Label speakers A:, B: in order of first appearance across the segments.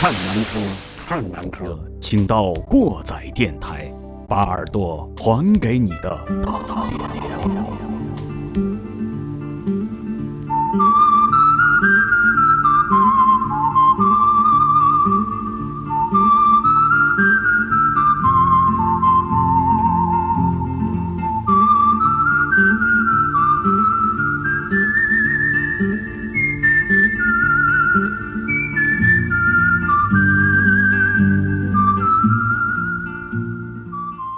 A: 看南柯，看南柯，请到过载电台，把耳朵还给你的他。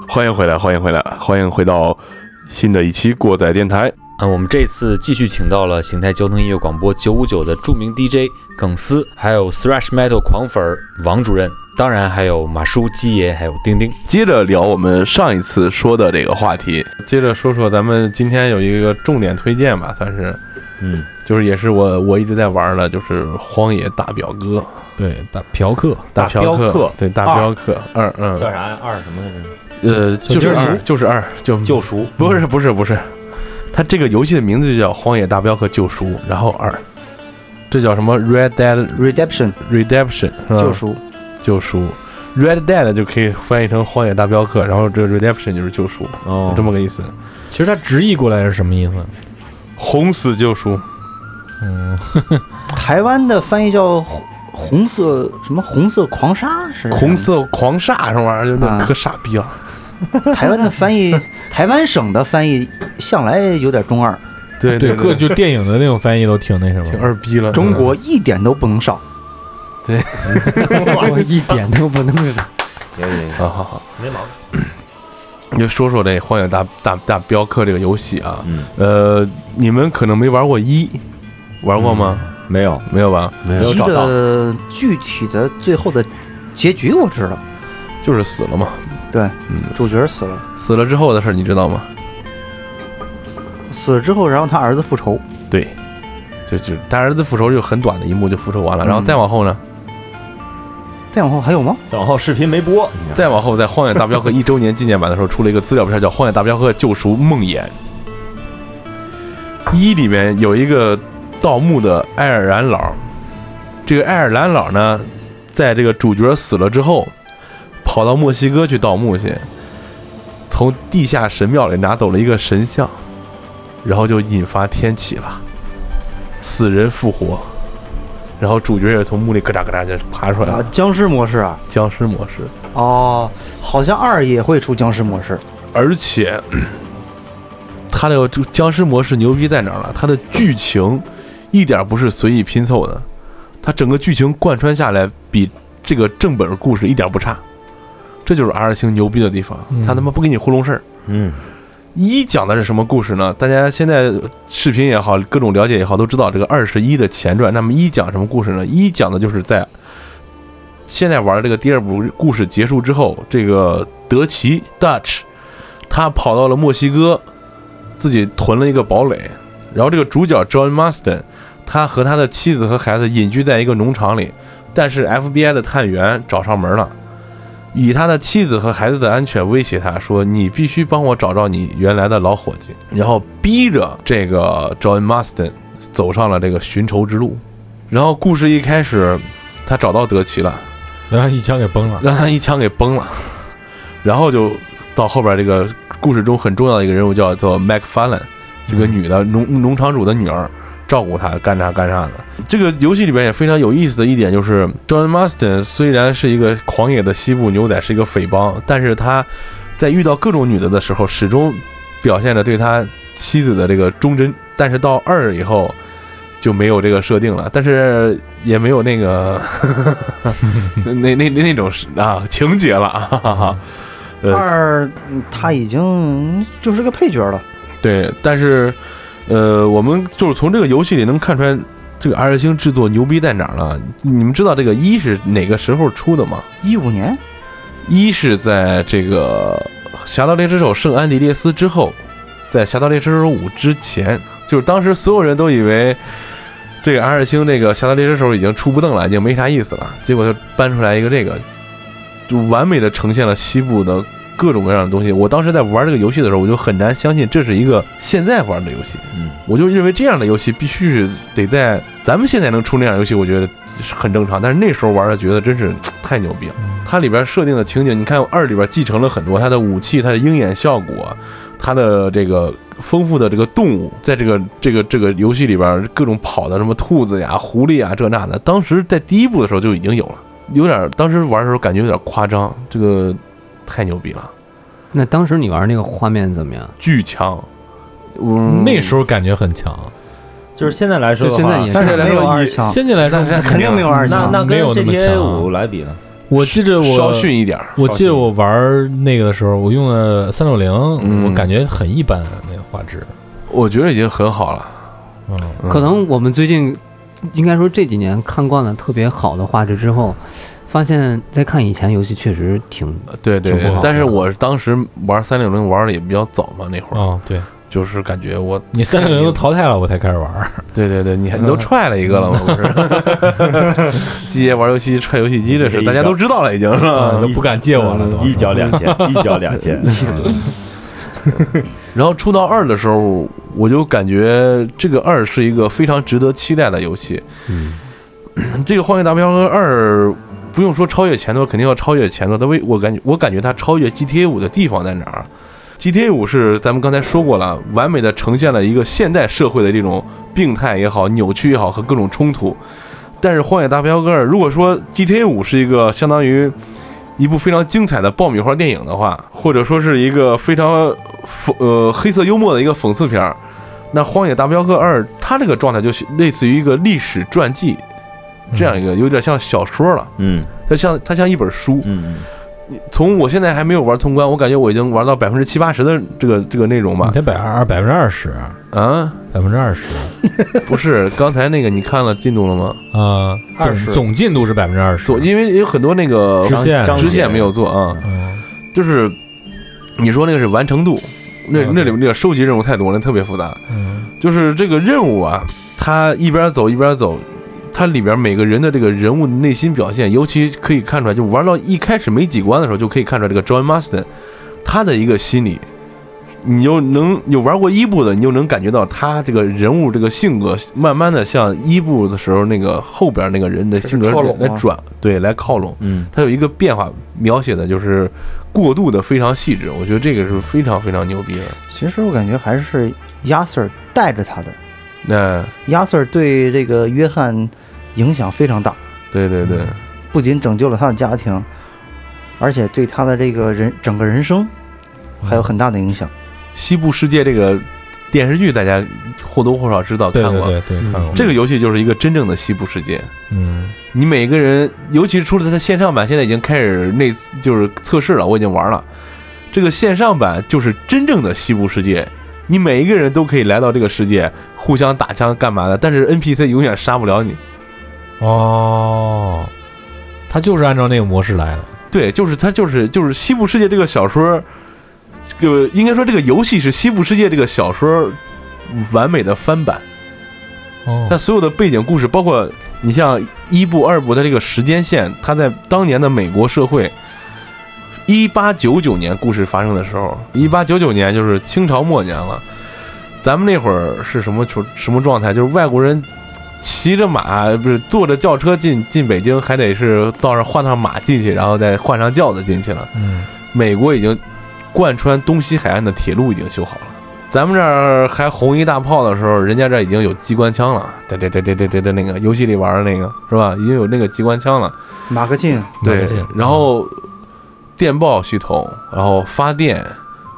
B: 欢迎回来，欢迎回来，欢迎回到新的一期过载电台。
C: 嗯，我们这次继续请到了邢台交通音乐广播九五九的著名 DJ 耿斯，还有 Thrash Metal 狂粉儿王主任，当然还有马叔、鸡爷，还有丁丁。
B: 接着聊我们上一次说的这个话题，
D: 接着说说咱们今天有一个重点推荐吧，算是，
C: 嗯，
D: 就是也是我我一直在玩的，就是《荒野大表哥》
E: 对，大嫖客，
D: 大镖
F: 镖客
D: 对大镖客二，嗯，
F: 叫啥呀？二什么来着？
D: 呃，就是二，就是二，就
F: 救赎。
D: 不是不是不是，它这个游戏的名字就叫《荒野大镖客救赎》，然后二，这叫什么 Red Dead
G: Redemption
D: Redemption 嗯是吧？
G: 救赎，
D: 救赎，Red Dead 就可以翻译成荒野大镖客，然后这个 Redemption 就是救赎，
F: 哦
D: 这么个意思。
E: 其实它直译过来是什么意思？
D: 红死救赎，
E: 嗯，
G: 台湾的翻译叫红红色什么红色狂沙是
D: 红色狂煞什么玩意儿，就那
G: 啊
D: 可傻逼了。
G: 台湾的 翻译，台湾省的翻译向来有点中二，
D: 对
E: 对，各
D: 各
E: 就电影的那种翻译都挺那什么
D: 挺。二逼了。
G: 中国一点都不能少。
H: 我一点都不能少。
F: 可以，
D: 啊，好好，
F: 没毛病。
D: 你 就说说这《荒野大大大镖客》这个游戏啊，
F: 嗯，
D: 呃，你们可能没玩过一，玩过吗？
F: 没有，
D: 没有吧？
F: 没
G: 一的具体的最后的结局我知道，
D: 就是死了嘛。
G: 对，
D: 嗯，
G: 主角死了，
D: 死了之后的事儿你知道吗？
G: 死了之后，然后他儿子复仇，
D: 对，就就他儿子复仇就很短的一幕就复仇完了，然后再往后呢，
G: 再往后还有吗？
F: 再往后视频没播，你知道
D: 再往后在《荒野大镖客》一周年纪念版的时候出了一个资料片叫《荒野大镖客救赎梦魇》，一里面有一个盗墓的爱尔兰佬，这个爱尔兰佬呢，在这个主角死了之后，跑到墨西哥去盗墓去，从地下神庙里拿走了一个神像，然后就引发天启了，死人复活。然后主角也从墓里咯哒咯哒就爬出来
G: 啊
D: 了，，
G: 僵尸模式啊，
D: 僵尸模式。
G: 哦，好像二也会出僵尸模式，
D: 而且 它的这个僵尸模式牛逼在哪儿呢？它的剧情一点不是随意拼凑的，它整个剧情贯穿下来比这个正本故事一点不差，这就是 R 星牛逼的地方，
E: 嗯
D: 他他妈不给你糊弄事儿。
F: 嗯，
D: 一讲的是什么故事呢？大家现在视频也好，各种了解也好，都知道这个二十一的前传。那么一讲什么故事呢？一讲的就是在现在玩的这个第二部故事结束之后，这个德奇 Dutch 他跑到了墨西哥，自己囤了一个堡垒，然后这个主角 John Marston 他和他的妻子和孩子隐居在一个农场里，但是 FBI 的探员找上门了。以他的妻子和孩子的安全威胁他说：“你必须帮我找到你原来的老伙计。”然后逼着这个 John Marston 走上了这个寻仇之路。然后故事一开始，他找到德奇了，
E: 然后哎一枪给崩了。
D: 让他一枪给崩了， 然后就到后边这个故事中很重要的一个人物叫做 Mac Fallon，这个女的农农场主的女儿照顾他干啥干啥的。这个游戏里边也非常有意思的一点就是，John Marston 虽然是一个狂野的西部牛仔，是一个匪帮，但是他在遇到各种女的的时候，始终表现着对他妻子的这个忠贞。但是到二以后就没有这个设定了，但是也没有那个那那那那种是啊情节了啊。哈哈哈。对
G: 二嗯他已经就是个配角了，
D: 对，但是，呃，我们就是从这个游戏里能看出来，这个 R 星制作牛逼在哪儿呢？你们知道这个一是哪个时候出的吗？
G: 一五年
D: 一是在这个《侠盗猎车手圣安地列斯》之后，在《侠盗猎车手五》之前，就是当时所有人都以为这个 R 星这个《侠盗猎车手》已经出不瞪了，已经没啥意思了，结果就搬出来一个这个，就完美的呈现了西部的各种各样的东西。我当时在玩这个游戏的时候，我就很难相信这是一个现在玩的游戏。
F: 嗯，
D: 我就认为这样的游戏必须得在咱们现在能出那样的游戏，我觉得是很正常。但是那时候玩的，觉得真是太牛逼了。
E: 嗯
D: 它里边设定的情景，你看二里边继承了很多它的武器、它的鹰眼效果、它的这个丰富的这个动物，在这个这个这个游戏里边各种跑的什么兔子呀、狐狸啊呀这那的，当时在第一部的时候就已经有了，有点当时玩的时候感觉有点夸张，这个太牛逼了，
H: 那当时你玩那个画面怎么样？
D: 巨强。嗯，
E: 那时候感觉很强，
F: 就是现在来说的话，
H: 就现在也
D: 但是来
G: 没有
D: 说
G: 二
D: 也
G: 强，
E: 现在来说
D: 但，是
G: 肯定没有二
F: 那
G: 强。
F: 那啊
E: 没
F: 跟
E: 有那么
F: GTA
E: 强
F: 五来比呢？
E: 我记着我
D: 嗯稍逊一点儿，
E: 我记得我玩那个的时候，我用了三六零，
D: 嗯
E: 我感觉很一般那个画质。
D: 我觉得已经很好了。
E: 嗯，
D: 嗯
H: 可能我们最近应该说这几年看惯了特别好的画质之后，发现再看以前游戏确实挺
D: 对对
E: 挺不
D: 对
E: 好，
D: 但是我当时玩三六零玩的也比较早嘛，那会儿、
E: 哦，对
D: 就是感觉我，
E: 你三六零都淘汰了，我才开始玩。
D: 对对对，你还你
E: 嗯
D: 都踹了一个了吗？不是，季爷玩游戏踹游戏机这 事，大家都知道了，已经是吧
E: 嗯都 不敢借我了，都
F: 一脚两千，一脚两千，
D: 然后出到二的时候，我就感觉这个二是一个非常值得期待的游戏。嗯， 这个《荒野大镖客二》不用说超越前作，肯定要超越前作。它为我感觉，我感觉它超越 GTA 五的地方在哪儿？GTA 五是咱们刚才说过了，完美的呈现了一个现代社会的这种病态也好、扭曲也好和各种冲突。但是《荒野大镖客二》，如果说 GTA 五是一个相当于一部非常精彩的爆米花电影的话，或者说是一个非常讽呃黑色幽默的一个讽刺片儿。那《荒野大镖客二》它这个状态就是类似于一个历史传记
E: 嗯
D: 这样一个，有点像小说了，
F: 嗯
D: 它像它像一本书。
F: 嗯，
D: 从我现在还没有玩通关，我感觉我已经玩到百分之七八十的这个这个内容
E: 你
D: 吧。
E: 才百二百分之二十，
D: 啊，
E: 百分之二十
D: 不是，刚才那个你看了进度了吗？
E: 啊，总
F: 20
E: 总进度是百分之二十
D: 做，。因为有很多那个
E: 支线
F: 张
D: 支线没有做啊。
E: 嗯，
D: 就是你说那个是完成度，那
E: 嗯
D: 那里面那个收集任务太多了，特别复杂。
E: 嗯
D: 就是这个任务啊，它一边走一边走，它里边每个人的这个人物内心表现，尤其可以看出来，就玩到一开始没几关的时候，就可以看出来这个 John Marston 他的一个心理。你就能有玩过一部的，你就能感觉到他这个人物这个性格，慢慢的向一部的时候那个后边那个人的性格
G: 是靠拢
D: 来
G: 吗
D: 转，对，来靠拢。
F: 嗯，
D: 它有一个变化，描写的就是过度的非常细致，我觉得这个是非常非常牛逼的。
G: 其实我感觉还是亚瑟尔带着他的，
D: 那
G: 亚瑟尔对这个约翰影响非常大，
D: 对对对，
G: 不仅拯救了他的家庭，而且对他的这个人整个人生还有很大的影响。
D: 西部世界》这个电视剧大家或多或少知道
E: 对
D: 看
E: 对
D: 过，
E: 对对，
H: 嗯
E: 看过。
D: 这个游戏就是一个真正的西部世界。
E: 嗯，
D: 你每个人，尤其是出了它的线上版，现在已经开始内就是测试了，我已经玩了。这个线上版就是真正的西部世界，你每一个人都可以来到这个世界，互相打枪干嘛的，但是 NPC 永远杀不了你。
E: 哦，他就是按照那个模式来的。
D: 对，就是它就是就是《西部世界》这个小说，这个应该说这个游戏是《西部世界》这个小说完美的翻版。
E: 哦
D: 它所有的背景故事，包括你像一部、二部的这个时间线，它在当年的美国社会，一八九九年故事发生的时候，一八九九年就是清朝末年了。咱们那会儿是什么处什么状态？就是外国人骑着马，不是坐着轿车进进北京，还得是到那儿换趟马进去，然后再换上轿子进去了。
E: 嗯，
D: 美国已经贯穿东西海岸的铁路已经修好了。咱们这儿还红一大炮的时候，人家这儿已经有机关枪了，对对对对对对对，那个游戏里玩的那个是吧？已经有那个机关枪了，
G: 马克沁
D: 对
E: 了解。
D: 然后电报系统，然后发电，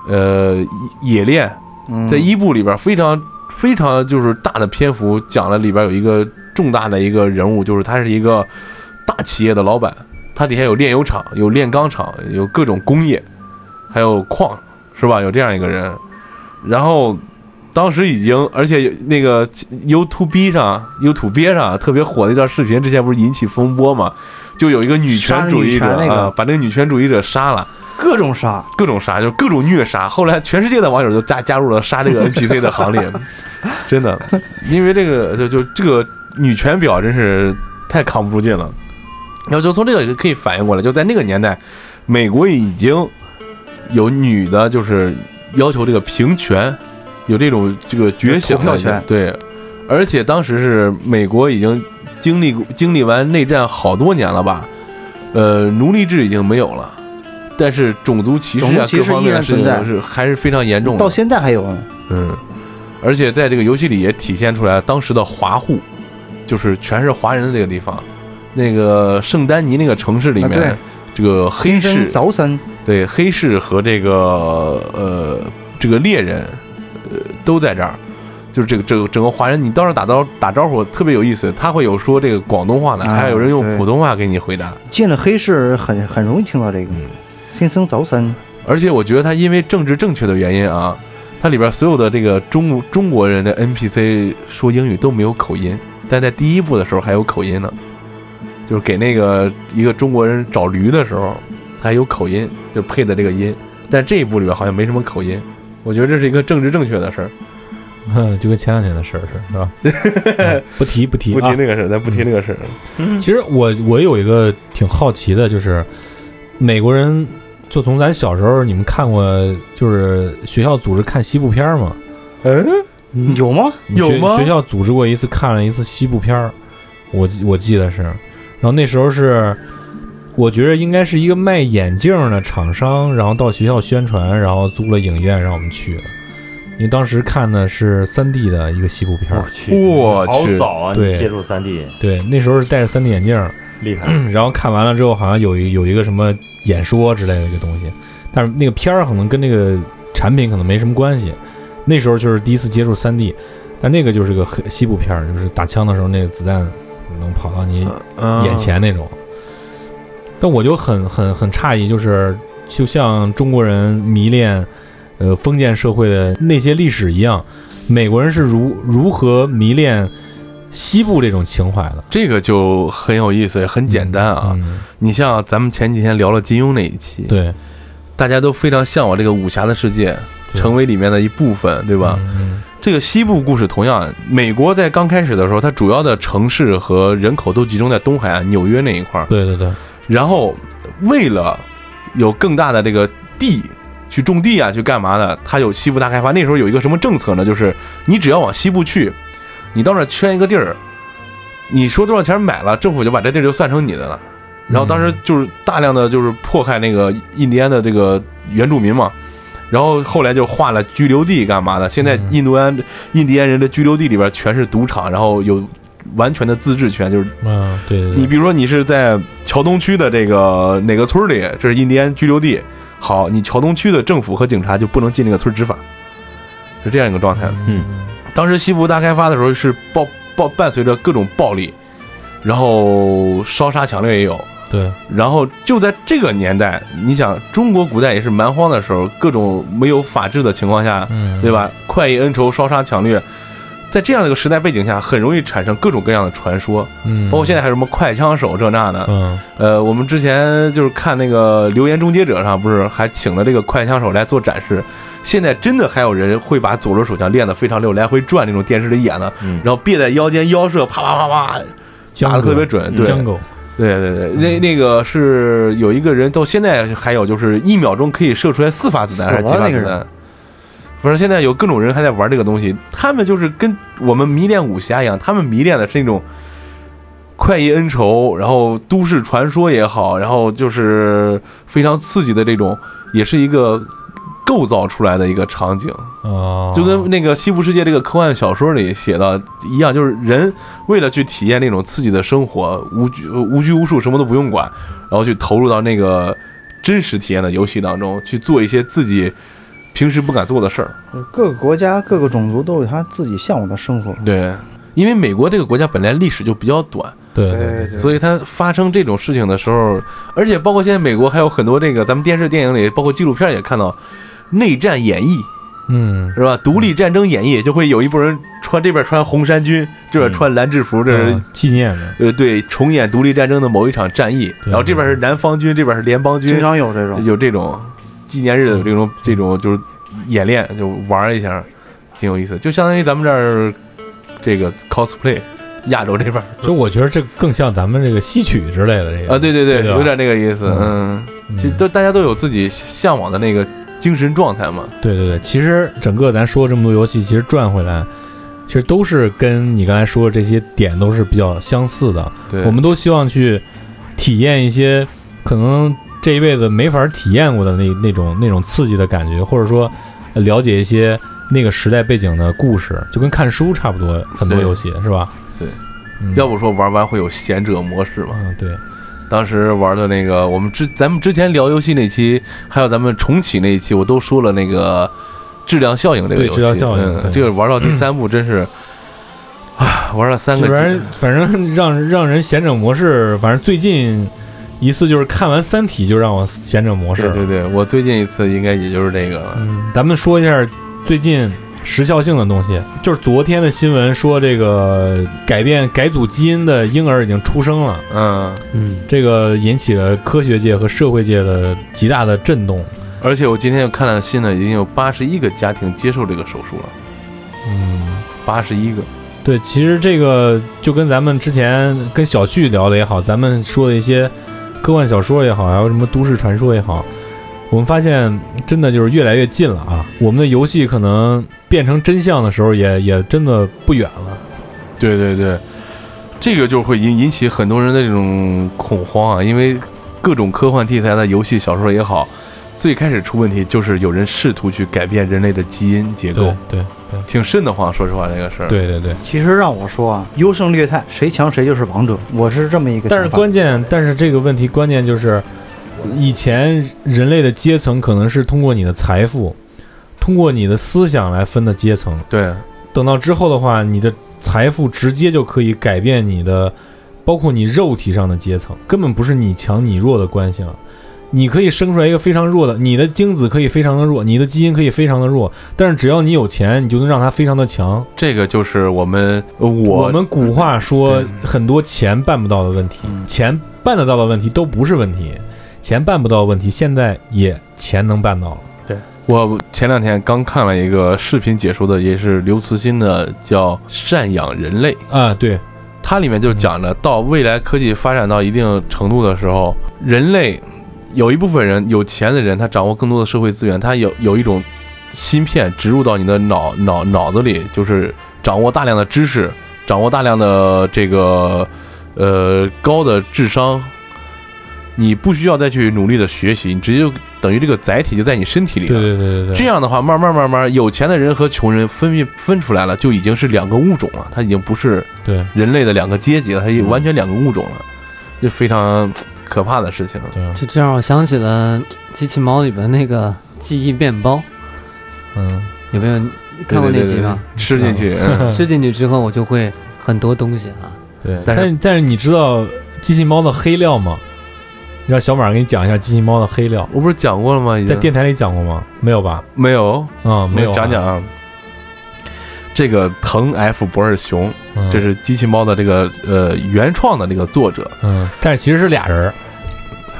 D: 呃，冶炼，
G: 嗯
D: 在一部里边非常非常就是大的篇幅讲了里边有一个重大的一个人物，就是他是一个大企业的老板，他底下有炼油厂、有炼钢厂、有各种工业，还有矿，是吧？有这样一个人，然后。当时已经，而且那个 U to B 上、U to B 上特别火的一段视频，之前不是引起风波嘛？就有一个女
G: 杀
D: 权
G: 女
D: 主义者
G: 权那个
D: 啊，把那个女权主义者杀了，
G: 各种杀，
D: 各种杀，就是各种虐杀。后来全世界的网友都加加入了杀这 个 NPC 的行列，真的，因为这个就就这个女权婊真是太扛不住劲了。然后就从这个可以反应过来，就在那个年代，美国已经有女的，就是要求这个平权，有这种这个觉醒的
G: 投票权
D: 对，而且当时是美国已经经历过经历完内战好多年了吧，呃，奴隶制已经没有了，但是种族歧视
G: 种
D: 啊
G: 族歧
D: 各
G: 视
D: 方
G: 依
D: 面
G: 然
D: 的事
G: 存在
D: 情是还是非常严重的
G: 到。现在还有呢。
D: 嗯，而且在这个游戏里也体现出来当时的华户，就是全是华人的这个地方，那个圣丹尼那个城市里
G: 啊对
D: 面，这个黑
G: 新生
D: 市
G: 早生，
D: 对黑市和这个呃这个猎人，呃都在这儿。就是这个这个整个华人，你到时候打招打招呼特别有意思，他会有说这个广东话的，
G: 啊
D: 还有人用
G: 对
D: 普通话给你回答。
G: 进了黑市很很容易听到这个
D: 嗯
G: 新生早生，
D: 而且我觉得它因为政治正确的原因啊，它里边所有的这个中中国人的 NPC 说英语都没有口音，但在第一部的时候还有口音呢，就是给那个一个中国人找驴的时候，他还有口音，就配的这个音，但这一部里边好像没什么口音，我觉得这是一个政治正确的事儿，
E: 嗯就跟前两天的事儿似 的，是吧？嗯不提不提
D: 不提
E: 啊。
D: 那个事儿，咱不提那个事儿，
E: 其实我我有一个挺好奇的，就是美国人，就从咱小时候你们看过，就是学校组织看西部片儿吗？
D: 嗯，
G: 有吗？
E: 你们学
D: 有吗
E: 学校组织过一次看了一次西部片儿，我记我记得是，然后那时候是，我觉得应该是一个卖眼镜儿的厂商，然后到学校宣传，然后租了影院让我们去的，因为当时看的是三 D 的一个西部片儿
F: 我，去，
D: 我
F: 好
D: 去
F: 早啊！
E: 对
F: 你接触三 D
E: 对，那时候是戴着三 D 眼镜儿，
F: 厉害，
E: 然后看完了之后好像有一有一个什么演说之类的一个东西，但是那个片儿可能跟那个产品可能没什么关系，那时候就是第一次接触三 D，但那个就是个黑西部片儿，就是打枪的时候那个子弹能跑到你
D: 嗯
E: 嗯眼前那种。但我就很很很诧异，就是就像中国人迷恋呃封建社会的那些历史一样，美国人是如如何迷恋西部这种情怀的？
D: 这个就很有意思，很简单啊。
E: 嗯，
D: 你像咱们前几天聊了金庸那一期，
E: 对，
D: 大家都非常向往这个武侠的世界，
E: 对
D: 成为里面的一部分，对吧？
E: 嗯
D: 这个西部故事同样，美国在刚开始的时候，它主要的城市和人口都集中在东海岸纽约那一块儿，
E: 对对对，
D: 然后为了有更大的这个地。去种地啊，去干嘛的？它有西部大开发，那时候有一个什么政策呢？就是你只要往西部去，你到那儿圈一个地儿，你说多少钱买了，政府就把这地儿就算成你的了。然后当时就是大量的就是迫害那个印第安的这个原住民嘛，然后后来就划了居留地干嘛的？现在
E: 嗯
D: 印度安印第安人的居留地里边全是赌场，然后有完全的自治权，就是
E: 嗯，对对对，
D: 你比如说你是在桥东区的这个哪个村儿里，这是印第安居留地，好，你桥东区的政府和警察就不能进那个村儿执法，是这样一个状态。
E: 嗯，
D: 当时西部大开发的时候是暴暴伴随着各种暴力，然后烧杀抢掠也有，
E: 对，
D: 然后就在这个年代，你想中国古代也是蛮荒的时候，各种没有法治的情况下，
E: 嗯，
D: 对？吧？快意恩仇、烧杀抢掠，在这样的一个时代背景下，很容易产生各种各样的传说，
E: 嗯，
D: 包括现在还有什么快枪手这那的。
E: 嗯，
D: 呃，我们之前就是看那个《留言终结者》上，不是还请了这个快枪手来做展示。现在真的还有人会把左轮手枪练得非常溜，来回转那种电视里演的，
F: 嗯，
D: 然后别在腰间腰射，啪啪啪啪，打
E: 江
D: 得
E: 狗
D: 特别准。对，
E: 江狗，
D: 对对
G: 嗯
D: 对，那那个是有一个人到现在还有，就是一秒钟可以射出来四发子弹还是几
G: 死了
D: 发
G: 那个
D: 子
G: 人
D: 弹？不是，现在有各种人还在玩这个东西，他们就是跟我们迷恋武侠一样，他们迷恋的是那种快意恩仇，然后都市传说也好，然后就是非常刺激的这种，也是一个构造出来的一个场景。
E: 哦，
D: 就跟那个《西部世界》这个科幻小说里写的一样，就是人为了去体验那种刺激的生活，无拘呃无拘无束，什么都不用管，然后去投入到那个真实体验的游戏当中，去做一些自己平时不敢做的事儿。
G: 各个国家各个种族都有他自己向往的生活。
D: 对，因为美国这个国家本来历史就比较短，
E: 对对
G: 对
D: 所
G: 以
D: 以它发生这种事情的时候，而且包括现在美国还有很多这个咱们电视电影里，包括纪录片也看到内战演绎。
E: 嗯，
D: 是吧？独立战争演绎就会有一波人穿这边穿红衫军，这边穿蓝制服，这是、
E: 嗯纪念的，
D: 呃对重演独立战争的某一场战役。
E: 对
D: 然后这边是南方军，这边是联邦
G: 经
D: 军，
G: 常有这种，
D: 有这种纪念日的这种这种就是演练，就玩一下，挺有意思。就相当于咱们这儿这个 cosplay 亚洲这边儿
E: 就我觉得这更像咱们这个戏曲之类的这个
D: 啊，对对对，
E: 对吧
D: 有点那个意思，嗯，
E: 嗯
D: 其实都大家都有自己向往的那个精神状态嘛。
E: 对对对，其实整个咱说这么多游戏，其实转回来，其实都是跟你刚才说的这些点都是比较相似的。
D: 对，
E: 我们都希望去体验一些可能这一辈子没法体验过的那那种那种刺激的感觉，或者说呃了解一些那个时代背景的故事，就跟看书差不多。很多
D: 对
E: 游戏是吧？
D: 对
E: 嗯，
D: 要不说玩完会有贤者模式嘛。
E: 嗯对，
D: 当时玩的那个，我们之咱们之前聊游戏那期，还有咱们重启那一期，我都说了那个质量效应这个
E: 对
D: 游戏，
E: 质量效应对
D: 嗯，这个玩到第三部真是， 啊，玩了三个
E: 反正
D: 季，
E: 反正让让人闲整模式，反正最近一次就是看完《三体》就让我闲整模式
D: 对
E: 了。
D: 对对，我最近一次应该也就是这个了，
E: 嗯，咱们说一下最近时效性的东西，就是昨天的新闻说，这个改变改组基因的婴儿已经出生了，
D: 嗯，
H: 嗯，
E: 这个引起了科学界和社会界的极大的震动。
D: 而且我今天又看了新的，已经有八十一个家庭接受这个手术了，
E: 嗯，
D: 八十一个，
E: 对，其实这个就跟咱们之前跟小旭聊的也好，咱们说的一些科幻小说也好，还有什么都市传说也好，我们发现真的就是越来越近了啊！我们的游戏可能变成真相的时候也，也真的不远了。
D: 对对对，这个就会引引起很多人的这种恐慌啊，因为各种科幻题材的游戏、小说也好，最开始出问题就是有人试图去改变人类的基因结构，
E: 对
D: 挺瘆得慌。说实话，这个事儿，
E: 对对对，
G: 其实让我说啊，优胜劣汰，谁强谁就是王者，我是这么一个
E: 但是
G: 想法。
E: 关键，但是这个问题关键就是，以前人类的阶层可能是通过你的财富，通过你的思想来分的阶层。
D: 对
E: 等到之后的话，你的财富直接就可以改变你的，包括你肉体上的阶层，根本不是你强你弱的关系了。你可以生出来一个非常弱的，你的精子可以非常的弱，你的基因可以非常的弱，但是只要你有钱，你就能让它非常的强。
D: 这个就是我们呃我
E: 我们古话说
D: 对，
E: 很多钱办不到的问题，
D: 嗯
E: 钱办得到的问题都不是问题，钱办不到的问题，现在也钱能办到了。
D: 我前两天刚看了一个视频解说的，也是刘慈欣的，叫《赡养人类》。
E: 啊，对，
D: 它里面就讲了，到未来科技发展到一定程度的时候，人类有一部分人有钱的人，他掌握更多的社会资源，他有有一种芯片植入到你的脑脑脑子里，就是掌握大量的知识，掌握大量的这个呃高的智商，你不需要再去努力的学习，你直接就等于这个载体就在你身体里
E: 对
D: 了。
E: 对对对对，
D: 啊这样的话，慢慢慢慢，有钱的人和穷人分别分出来了，就已经是两个物种了，它已经不是
E: 对
D: 人类的两个阶级了，它也完全两个物种了，这非常可怕的事情。
E: 对，嗯
H: 这这让我想起了《机器猫》里边那个记忆面包，
E: 嗯，
H: 有没有看过那集吗？
D: 吃进去，嗯
H: 吃进去之后，我就会很多东西啊。
E: 对，
D: 但
E: 但
D: 是
E: 是但是你知道机器猫的黑料吗？让小马给你讲一下机器猫的黑料，
D: 我不是讲过了吗？已
E: 在
D: 经
E: 电台里讲过吗？没有吧？
D: 没嗯有，
E: 啊、没有啊，
D: 讲讲啊。这个藤 F 博尔熊，
E: 嗯，
D: 这是机器猫的这个呃原创的这个作者，
E: 嗯，但是其实是俩人儿，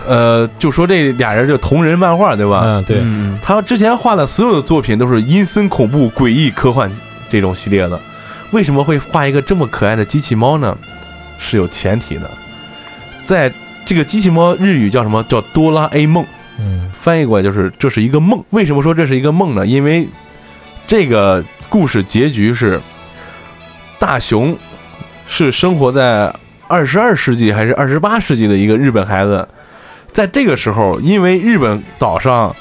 D: 呃，就说这俩人就同人漫画对吧？
E: 嗯，对，
H: 嗯，
D: 他之前画的所有的作品都是阴森、恐怖、诡异、科幻这种系列的，为什么会画一个这么可爱的机器猫呢？是有前提的，在这个机器猫日语叫什么？叫哆啦 A 梦，
E: 嗯
D: 翻译过来就是这是一个梦。为什么说这是一个梦呢？因为这个故事结局是大雄是生活在二十二世纪还是二十八世纪的一个日本孩子，在这个时候，因为日本岛上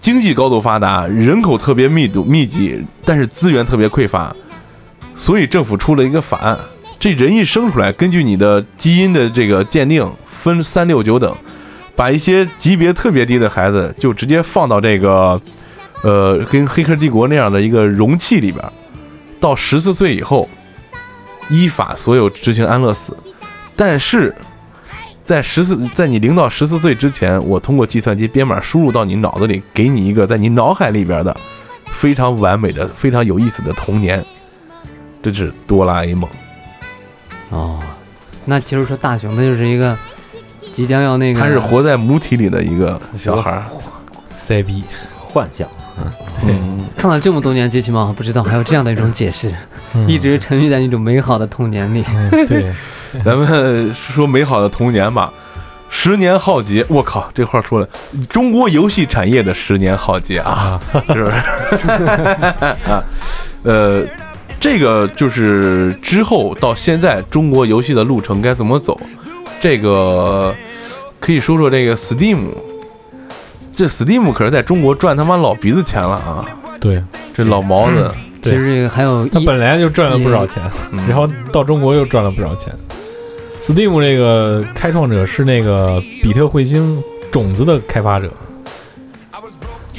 D: 经济高度发达，人口特别密度密集，但是资源特别匮乏，所以政府出了一个法案，这人一生出来，根据你的基因的这个鉴定，分三六九等，把一些级别特别低的孩子就直接放到这个，呃，跟《黑客帝国》那样的一个容器里边儿，到十四岁以后，依法所有执行安乐死。但是，在十四，在你零到十四岁之前，我通过计算机编码输入到你脑子里，给你一个在你脑海里边的非常完美的、非常有意思的童年。这是哆啦 A 梦。
H: 哦，那其实说大熊他就是一个即将要那个，
D: 他是活在母体里的一个小孩儿，
E: ，CP，
F: 幻想，
E: 对
D: 嗯
H: 看了这么多年机器猫，不知道还有这样的一种解 释，
E: 嗯
H: 一直沉迷在一种美好的童年里。
E: 嗯对，
D: 咱们说美好的童年吧。十年浩劫，我靠，这话说了，中国游戏产业的十年浩劫啊，是不是？啊， 呃，这个就是之后到现在中国游戏的路程该怎么走，这个可以说说这个 Steam，这 Steam 可是在中国赚他妈老鼻子钱了啊！
E: 对，
D: 这老毛子，
H: 其
E: 对
H: 实这个还有
E: 他
H: 一
E: 本来就赚了不少钱，
D: 嗯
E: 然后到中国又赚了不少钱。Steam 这个开创者是那个比特彗星种子的开发者，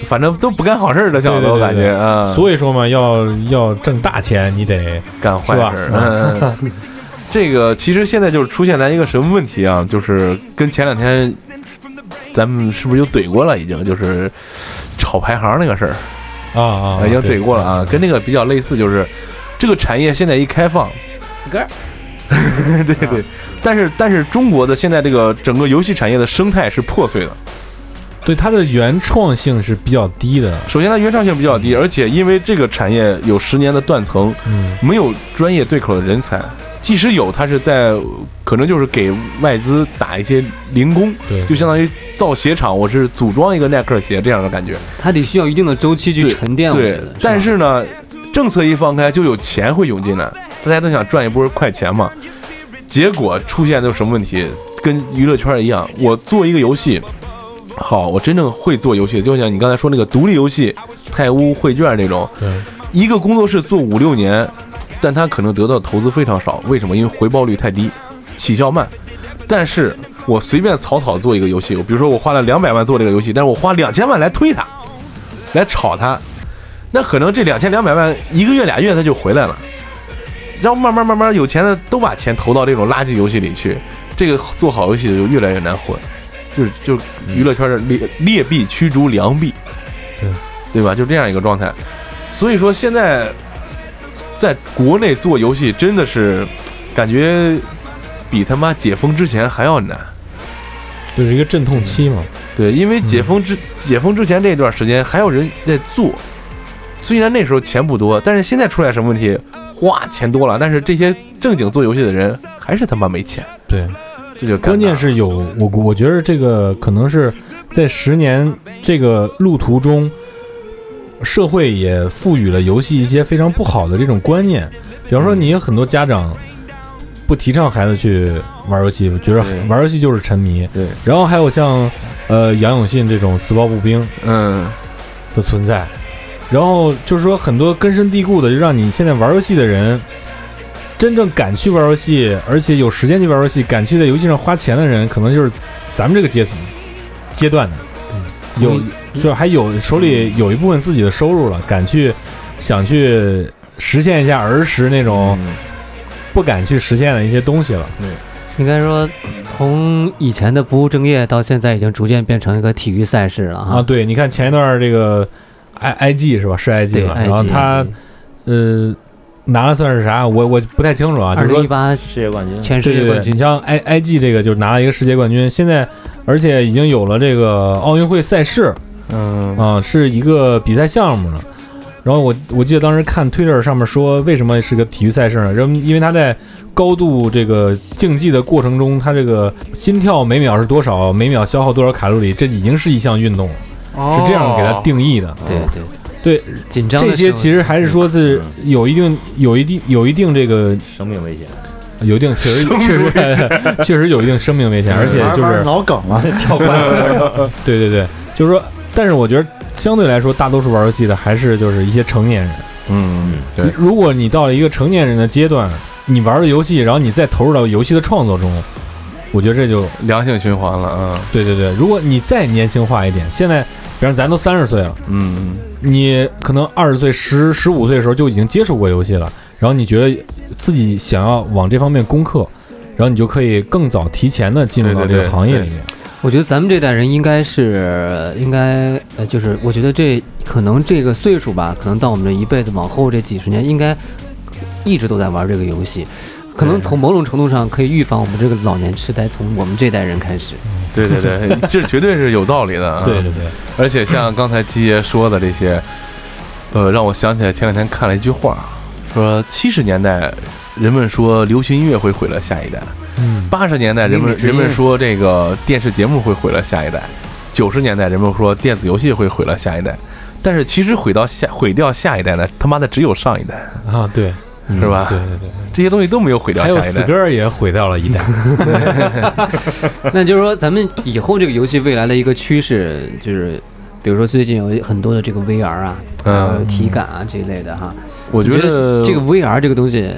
D: 反正都不干好事儿的小子，
E: 对对对
D: 我感觉
E: 对
D: 啊，
E: 所以说嘛，要要挣大钱，你得
D: 干坏事儿
E: 是。吧
D: 嗯，嗯嗯 这个其实现在就是出现咱一个什么问题啊？就是跟前两天咱们是不是就怼过了？已经就是炒排行那个事儿，
E: 啊啊，
D: 已经
E: 对
D: 怼过了啊。跟那个比较类似，就是这个产业现在一开放， 对对。但是但是中国的现在这个整个游戏产业的生态是破碎的。
E: 对它的原创性是比较低的，
D: 首先它原创性比较低，而且因为这个产业有十年的断层，
E: 嗯，
D: 没有专业对口的人才，即使有，他是在可能就是给外资打一些零工，
E: 对，
D: 就相当于造鞋厂，我是组装一个耐克鞋这样的感觉。
H: 它得需要一定的周期去
D: 对
H: 沉淀，我觉
D: 对
H: 得。，
D: 但
H: 吧
D: 是呢，政策一放开，就有钱会涌进来，大家都想赚一波快钱嘛。结果出现就是什么问题？跟娱乐圈一样，我做一个游戏，好，我真正会做游戏，就像你刚才说那个独立游戏《泰屋绘卷》这种，
E: 对
D: 一个工作室做五六年，但他可能得到投资非常少，为什么？因为回报率太低，起效慢。但是我随便草草做一个游戏，我比如说我花了两百万做这个游戏，但是我花两千万来推它，来炒它，那可能这两千两百万一个月俩月它就回来了，然后慢慢慢慢有钱的都把钱投到这种垃圾游戏里去，这个做好游戏就越来越难混，就是就娱乐圈的劣劣币驱逐良币，
E: 对
D: 对吧？就这样一个状态，所以说现在在国内做游戏真的是感觉比他妈解封之前还要难。
E: 就是一个阵痛期嘛，
D: 对，因为
E: 嗯
D: 解封之、解封之前这段时间还有人在做，虽然那时候钱不多，但是现在出来什么问题？哗，钱多了，但是这些正经做游戏的人还是他妈没钱，
E: 对，
D: 这就尴尬
E: 关键是有我我觉得这个可能是在十年这个路途中，社会也赋予了游戏一些非常不好的这种观念，比方
D: 嗯
E: 说你有很多家长不提倡孩子去玩游戏，觉得
D: 对
E: 玩游戏就是沉迷，
D: 对，
E: 然后还有像呃杨永信这种死抱步兵
D: 嗯，
E: 的存在，然后就是说很多根深蒂固的，就让你现在玩游戏的人。真正敢去玩游戏，而且有时间去玩游戏，敢去在游戏上花钱的人，可能就是咱们这个阶层阶段的，有就是还有手里有一部分自己的收入了，敢去想去实现一下儿时那种不敢去实现的一些东西了。
H: 应该说，从以前的不务正业到现在，已经逐渐变成一个体育赛事了
E: 啊，
H: 哈。
E: 对，你看前一段儿这个 I I G 是吧？是 I G
H: 对，
E: 吧？然后他呃拿的算是啥？我我不太清楚啊，就
H: 二
E: 是说
H: 零一八
F: 世界冠军，
H: 全世
E: 对
H: 界
E: 对
H: 冠
E: 对，
H: 军
E: 你像 I I G 这个就是拿了一个世界冠军，现在而且已经有了这个奥运会赛事，嗯啊、是一个比赛项目了。然后我我记得当时看 Twitter 上面说，为什么是个体育赛事呢？因因为它在高度这个竞技的过程中，它这个心跳每秒是多少，每秒消耗多少卡路里，这已经是一项运动了，
H: 哦
E: 是这样给
F: 哦
E: 它定义的。
H: 对对
E: 对，
H: 紧张的
E: 这些
H: 时候
E: 其实还是说是
H: 嗯
E: 有一定、有一定、有一定这个
F: 生命危险，
E: 有一定确实确实 确实有一定生命危 险，而且
G: 玩
E: 就
G: 玩
E: 是
G: 脑梗啊了，跳关
E: 对对对，就是说，但是我觉得相对来说，大多数玩游戏的还是就是一些成年人。
D: 嗯，对，
E: 如果你到了一个成年人的阶段，你玩的游戏，然后你再投入到游戏的创作中，我觉得这就
D: 良性循环了啊，
E: 对对对。如果你再年轻化一点，现在比方咱都三十岁了，
D: 嗯，
E: 你可能二十岁、十十五岁的时候就已经接触过游戏了，然后你觉得自己想要往这方面攻克，然后你就可以更早、提前的进入
D: 对
E: 到
D: 对
E: 这个
D: 对
E: 行业
D: 对
E: 里面。
H: 我觉得咱们这代人应该是应该呃，就是我觉得这可能这个岁数吧，可能到我们这一辈子往后这几十年，应该一直都在玩这个游戏。可能从某种程度上可以预防我们这个老年痴呆，从我们这代人开始。
D: 对对 对，这绝对是有道理的啊，
E: 对对对，
D: 而且像刚才基爷说的这些，呃，让我想起来前两天看了一句话，说七十年代人们说流行音乐会毁了下一代，
E: 嗯，
D: 八十年代人们
G: 女女
D: 人们说这个电视节目会毁了下一代，九十年代人们说电子游戏会毁了下一代，但是其实毁到下毁掉下一代呢，他妈的只有上一代，
E: 啊，对，
D: 是吧？
E: 对对对，
D: 这些东西都没有毁掉
E: 还有
D: 下一
E: 死
D: 代。
E: 歌也毁掉了 一代，
H: 那就是说，咱们以后这个游戏未来的一个趋势，就是比如说最近有很多的这个 VR 啊，还有
D: 嗯，
H: 体感啊这一类的哈。
D: 我觉得
H: 这个 VR 这个东西，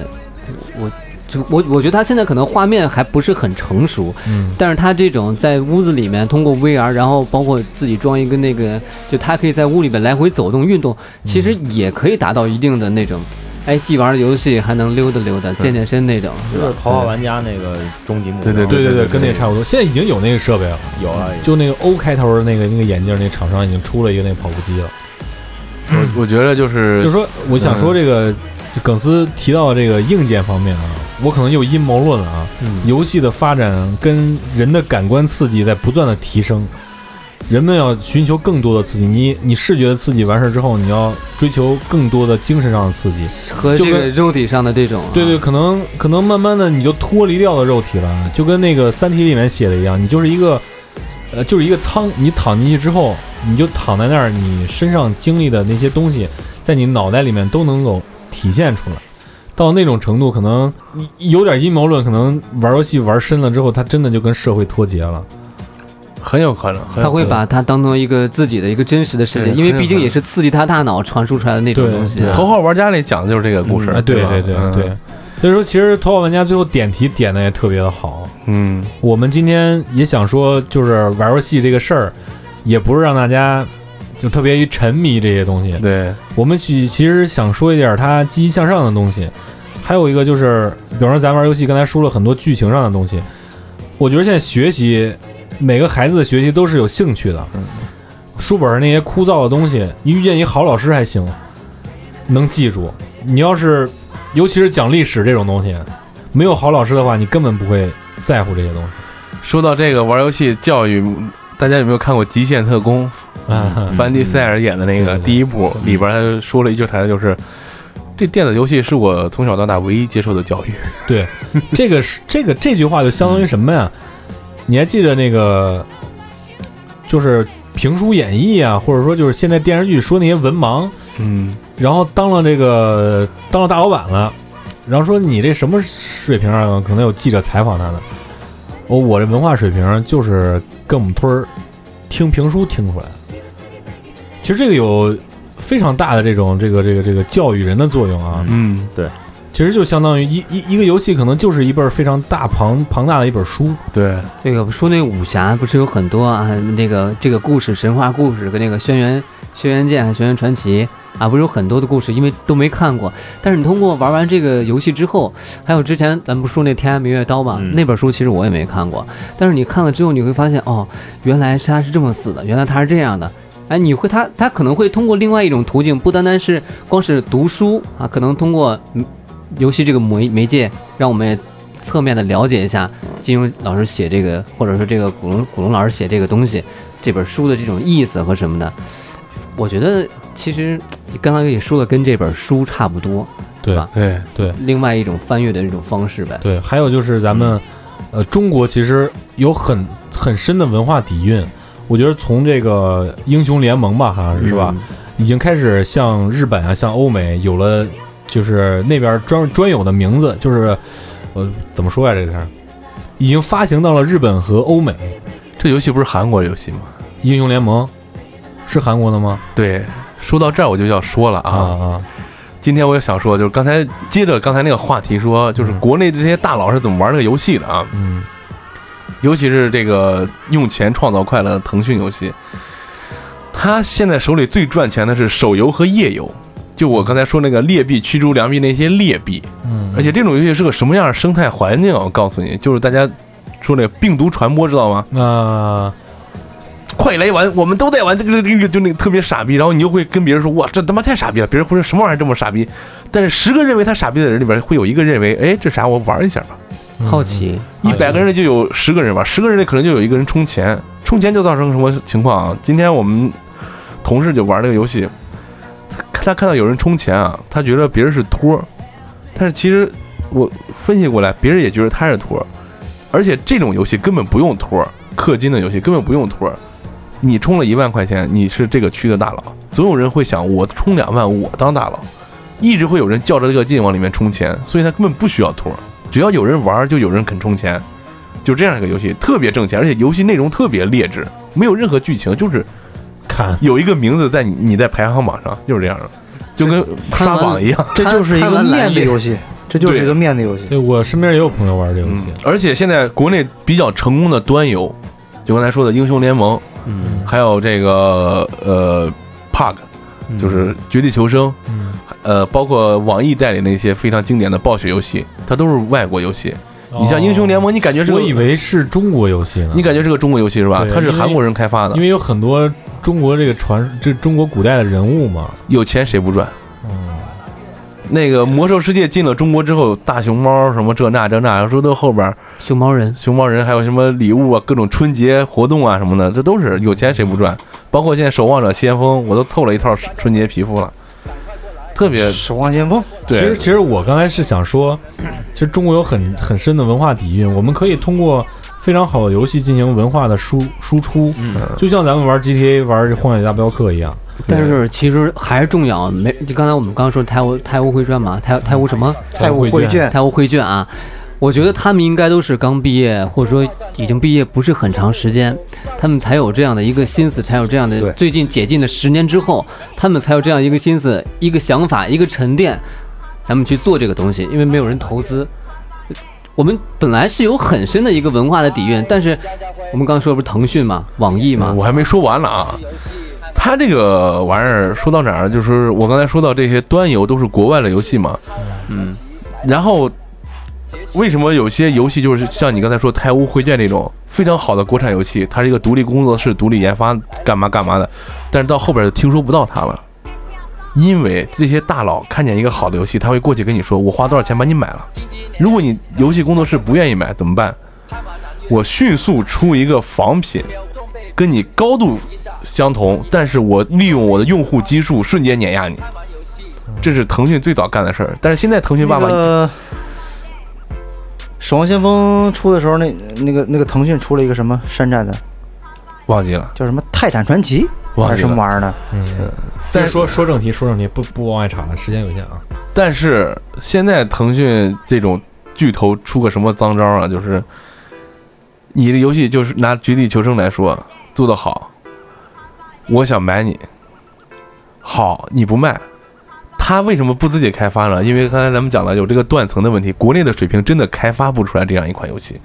H: 我就我我觉得它现在可能画面还不是很成熟，
E: 嗯，
H: 但是它这种在屋子里面通过 VR，然后包括自己装一个那个，就它可以在屋里面来回走动运动，其实也可以达到一定的那种，哎，既玩游戏还能溜达溜达、健健身那种，是
F: 就
H: 吧
F: 是？头号玩家那个终极目标，
D: 对
E: 对对对，
D: 对
E: 跟那个差不多。现在已经有那个设备了，
F: 有啊，
E: 就那个 O 开头的那个那个眼镜，那厂商已经出了一个那个跑步机了。嗯
D: 我我觉得就是
E: 就是说，我想说这个，就耿斯提到这个硬件方面啊，我可能又阴谋论了啊。
H: 嗯
E: 游戏的发展跟人的感官刺激在不断的提升，人们要寻求更多的刺激。你你视觉的刺激完事之后，你要追求更多的精神上的刺激。
H: 和
E: 就
H: 这
E: 跟
H: 个肉体上的这种、啊，
E: 对对，可能可能慢慢的你就脱离掉了肉体了，就跟那个《三体》里面写的一样，你就是一个，呃，就是一个舱，你躺进去之后，你就躺在那儿，你身上经历的那些东西，在你脑袋里面都能够体现出来。到那种程度，可能有点阴谋论，可能玩游戏玩深了之后，他真的就跟社会脱节了。
D: 很有可能，很有
H: 他会
D: 可能
H: 把它当做一个自己的一个真实的世界，
D: 对
H: 因为
D: 很有
H: 毕竟也是刺激他大脑传输出来的那种
E: 对
H: 东西、
E: 对
H: 啊。
D: 头号玩家里讲的就是这个故事
E: 啊，，对
D: 吧
E: 对对
H: 嗯
E: 对，，所以说其实《头号玩家》最后点题点的也特别的好，
D: 嗯嗯，
E: 我们今天也想说，就是玩游戏这个事儿，也不是让大家就特别于沉迷这些东西。
D: 嗯对，
E: 我们其其实想说一点它积极向上的东西，还有一个就是，比方说咱玩游戏，刚才说了很多剧情上的东西。我觉得现在学习，每个孩子的学习都是有兴趣的。书本上那些枯燥的东西，你遇见一好老师还行，能记住。你要是，尤其是讲历史这种东西，没有好老师的话，你根本不会在乎这些东西。
D: 说到这个玩游戏教育，大家有没有看过《极限特工》？
E: 啊，
D: 凡迪塞尔演的那个
E: 嗯
D: 第一部里边，他说了一句台词，就是这电子游戏是我从小到大唯一接受的教育。
E: 这个是这个这句话就相当于什么呀？你还记得那个，就是评书演绎啊，或者说就是现在电视剧说那些文盲，
D: 嗯，
E: 然后当了这个当了大老板了，然后说你这什么水平啊？可能有记者采访他呢。哦，我这文化水平就是跟我们村儿听评书听出来的。其实这个有非常大的这种这个这个这个教育人的作用啊。
D: 嗯，
E: 其实就相当于一一一个游戏，可能就是一本非常大庞庞大的一本书。
D: 对，
H: 这个说那武侠不是有很多啊？那个这个故事，神话故事跟那个《轩辕轩辕剑》《轩辕传奇》啊，不是有很多的故事，因为都没看过。但是你通过玩完这个游戏之后，还有之前咱们不说那《天涯明月刀》嘛，
F: 嗯
H: 那本书其实我也没看过。但是你看了之后，你会发现哦，原来他是这么死的，原来他是这样的。哎，你会他他可能会通过另外一种途径，不单单是光是读书啊，可能通过嗯游戏这个媒媒介，让我们也侧面的了解一下金庸老师写这个，或者说这个古龙古龙老师写这个东西，这本书的这种意思和什么的。我觉得其实你刚才也说了，跟这本书差不多，
E: 对
H: 吧
D: 对，
H: 另外一种翻阅的这种方式呗。
E: 对，还有就是咱们，呃，中国其实有很很深的文化底蕴。我觉得从这个英雄联盟吧，好像是
H: 嗯
E: 吧，已经开始像日本啊，像欧美有了，就是那边专专有的名字，就是，呃，怎么说呀、这个事儿，已经发行到了日本和欧美。
D: 这游戏不是韩国游戏吗？
E: 英雄联盟是韩国的吗？
D: 对，说到这儿我就要说了啊，
E: 啊
D: 今天我也想说，就是刚才接着刚才那个话题说，就是
E: 嗯
D: 国内这些大佬是怎么玩这个游戏的啊，
E: 嗯，
D: 尤其是这个用钱创造快乐的腾讯游戏，他现在手里最赚钱的是手游和页游。就我刚才说那个劣币驱逐良币那些劣币，
E: 嗯
D: 而且这种游戏是个什么样的生态环境啊？我告诉你，就是大家说那个病毒传播，知道吗？
E: 那、
D: 快来玩，我们都在玩这个这个，就那个特别傻逼，然后你就会跟别人说，哇，这他妈太傻逼了，别人会说什么玩意儿这么傻逼？但是十个认为他傻逼的人里边，会有一个认为，哎，这啥我玩一下吧。
E: 嗯
H: 好奇，
D: 一百个人里就有十个人玩，十个人里可能就有一个人充钱，充钱就造成什么情况啊？今天我们同事就玩这个游戏，他他看到有人充钱啊，他觉得别人是托儿，但是其实我分析过来，别人也觉得他是托儿，而且这种游戏根本不用托儿，氪金的游戏根本不用托儿。你充了一万块钱，你是这个区的大佬，总有人会想我充两万，我当大佬，一直会有人较着这个劲往里面充钱，所以他根本不需要托儿，只要有人玩儿就有人肯充钱，就这样一个游戏特别挣钱，而且游戏内容特别劣质，没有任何剧情，就是
E: 看
D: 有一个名字在你你在排行榜上，就是这样的，就跟刷榜一样。
G: 这就是一
H: 贪
G: 个
H: 贪婪
G: 面子
H: 欲
G: 游戏，这就是一
D: 对啊
G: 个面子游戏。
E: 对我身边也有朋友玩这游戏
D: 嗯，，而且现在国内比较成功的端游，就刚才说的英雄联盟，
F: 嗯，
D: 还有这个呃 PUG，就是
H: 嗯
D: 绝地求生，
E: 嗯
D: 呃，包括网易代理那些非常经典的暴雪游戏，它都是外国游戏。
E: 嗯
D: 你像英雄联盟，你感觉是个
E: 哦我以为是中国游戏呢，
D: 你感觉是个中国游戏是吧？
E: 对
D: 它是
E: 因为
D: 韩国人开发的
E: 因，为有很多中国这个传这中国古代的人物嘛，
D: 有钱谁不赚？
E: 嗯，
D: 那个魔兽世界进了中国之后，大熊猫什么这那这那，说到后边
H: 熊猫人，
D: 熊猫人还有什么礼物啊，各种春节活动啊什么的，这都是有钱谁不赚？包括现在《守望者先锋》，我都凑了一套春节皮肤了，特别
G: 守望先锋，
E: 其
D: 对
E: 实，其实我刚才是想说，其实中国有很很深的文化底蕴，我们可以通过非常好的游戏进行文化的输输出，
D: 嗯
E: 就像咱们玩 GTA 玩《荒野大镖客》一样，
H: 但是其实还是重要。没，就刚才我们刚刚说太无太无回转嘛，太太无什么
E: 太
G: 务
E: 哎会
G: 会 卷，
H: 太无绘卷啊。我觉得他们应该都是刚毕业，或者说已经毕业不是很长时间，他们才有这样的一个心思，才有这样的
C: 对
H: 最近解禁的十年之后，他们才有这样一个心思、一个想法、一个沉淀，咱们去做这个东西，因为没有人投资。我们本来是有很深的一个文化的底蕴，但是我们刚说不是腾讯嘛、网易嘛
D: 嗯我，还没说完了啊。他这个玩意儿说到哪儿了？就是我刚才说到这些端游都是国外的游戏嘛，
H: 嗯，
D: 然后为什么有些游戏就是像你刚才说《太污绘卷》这种非常好的国产游戏，它是一个独立工作室独立研发干嘛干嘛的，但是到后边就听说不到它了，因为这些大佬看见一个好的游戏，他会过去跟你说我花多少钱把你买了，如果你游戏工作室不愿意买怎么办？我迅速出一个仿品，跟你高度相同，但是我利用我的用户基数瞬间碾压你。这是腾讯最早干的事儿，但是现在腾讯爸爸
G: 那个守望先锋出的时候，那那个那个腾讯出了一个什么山寨的，
D: 忘记了，
G: 叫什么《泰坦传奇》还
D: 忘
G: 是
D: 记
G: 什么
D: 了。
G: 玩意 儿的？
E: 嗯，
D: 但
E: 但说说正题，说正题，不不往外插了，时间有限啊。
D: 但是现在腾讯这种巨头出个什么脏招啊？就是你的游戏就是拿《绝地求生》来说做得好，我想买你，好你不卖，他为什么不自己开发呢？因为刚才咱们讲了有这个断层的问题，国内的水平真的开发不出来这样一款游戏。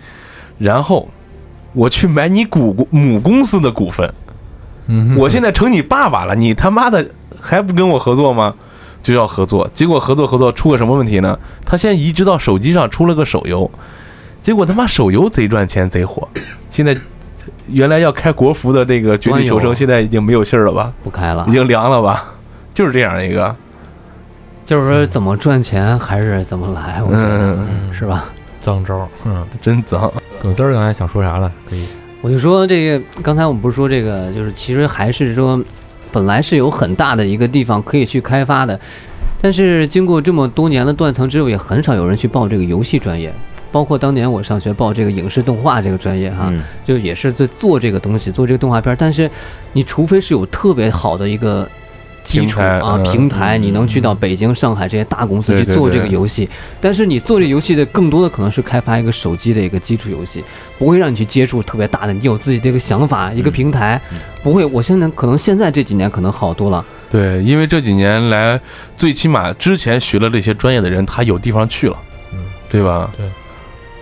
D: 然后我去买你股母公司的股份，
E: 嗯
D: 我现在成你爸爸了，你他妈的还不跟我合作吗？就要合作，结果合作合作出个什么问题呢？他现在移植到手机上出了个手游，结果他妈手游贼赚钱贼火，现在原来要开国服的这个《绝地求
H: 端
E: 哎
D: 生
H: 游》
D: 现在已经没有信儿了吧？
H: 不开了
E: 啊
D: 已，经凉了吧？就是这样一个，
H: 就是说怎么赚钱还是怎么来，我觉得、
D: 嗯，
H: 是吧？
E: 脏招，嗯，
D: 真脏。
E: 耿丝儿刚才想说啥了？可以，
H: 我就说这个，刚才我们不是说这个，就是其实还是说，本来是有很大的一个地方可以去开发的，但是经过这么多年的断层之后，也很少有人去报这个游戏专业。包括当年我上学报这个影视动画这个专业哈，
F: 嗯
H: 就也是在做这个东西，做这个动画片儿。但是你除非是有特别好的一个基
D: 平
H: 础
D: 台
H: 啊
D: 嗯
H: 平台，你能去到北京、上海这些大公司
D: 对
H: 去
D: 对
H: 做这个
D: 对
H: 游戏。但是你做这游戏的更多的可能是开发一个手机的一个基础游戏，不会让你去接触特别大的，你有自己的一个想法、一个平台，
D: 嗯
H: 不会。我现在可能现在这几年可能好多了，
D: 对，因为这几年来，最起码之前学了这些专业的人，他有地方去了，
E: 嗯，
D: 对吧？
H: 对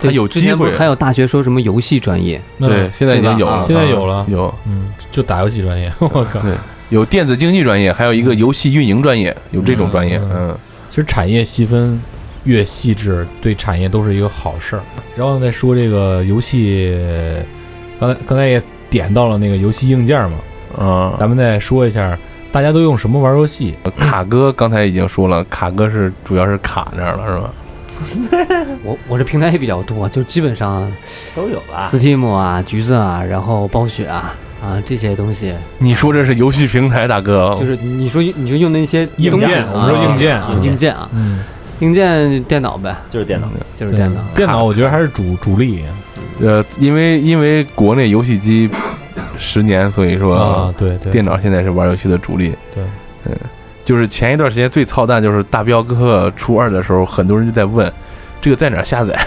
D: 还有
H: 之前
D: 机会
H: 不是还有大学说什么游戏专业，
E: 那
D: 对，，现在已经有
H: 对吧
D: 了，
H: 啊
E: 嗯现在有了
D: 有。
E: 嗯，就打游戏专业， 我靠，
D: 有电子竞技专业，还有一个游戏运营专业，有这种专业。
E: 嗯
D: 嗯，
E: 其实产业细分越细致，对产业都是一个好事儿。然后再说这个游戏，刚才刚才也点到了那个游戏硬件嘛，
D: 啊、
H: 嗯
E: 咱们再说一下大家都用什么玩游戏。
D: 卡哥刚才已经说了，卡哥是主要是卡那儿了，是吧？
H: 我我这平台也比较多，就基本上
F: 都有了。
H: Steam 啊、橘子啊，然后暴雪啊。啊，这些东西
D: 你说这是游戏平台，大哥，
H: 就是你说你说用那些
E: 硬
H: 东西
E: 件
H: 啊
E: 我们说硬件
H: 啊
E: 硬件
H: 硬件啊，
E: 嗯，
H: 硬件电脑呗，
F: 就是电脑，
H: 就是电脑。
E: 电脑我觉得还是主主力，啊
D: 呃，因为因为国内游戏机十年，所以
H: 嗯
E: 啊
D: 说，
E: 对对，
D: 电脑现在是玩游戏的主力。
E: 对，
D: 嗯，就是前一段时间最操蛋，就是大镖客初二的时候，很多人就在问这个在哪儿下载，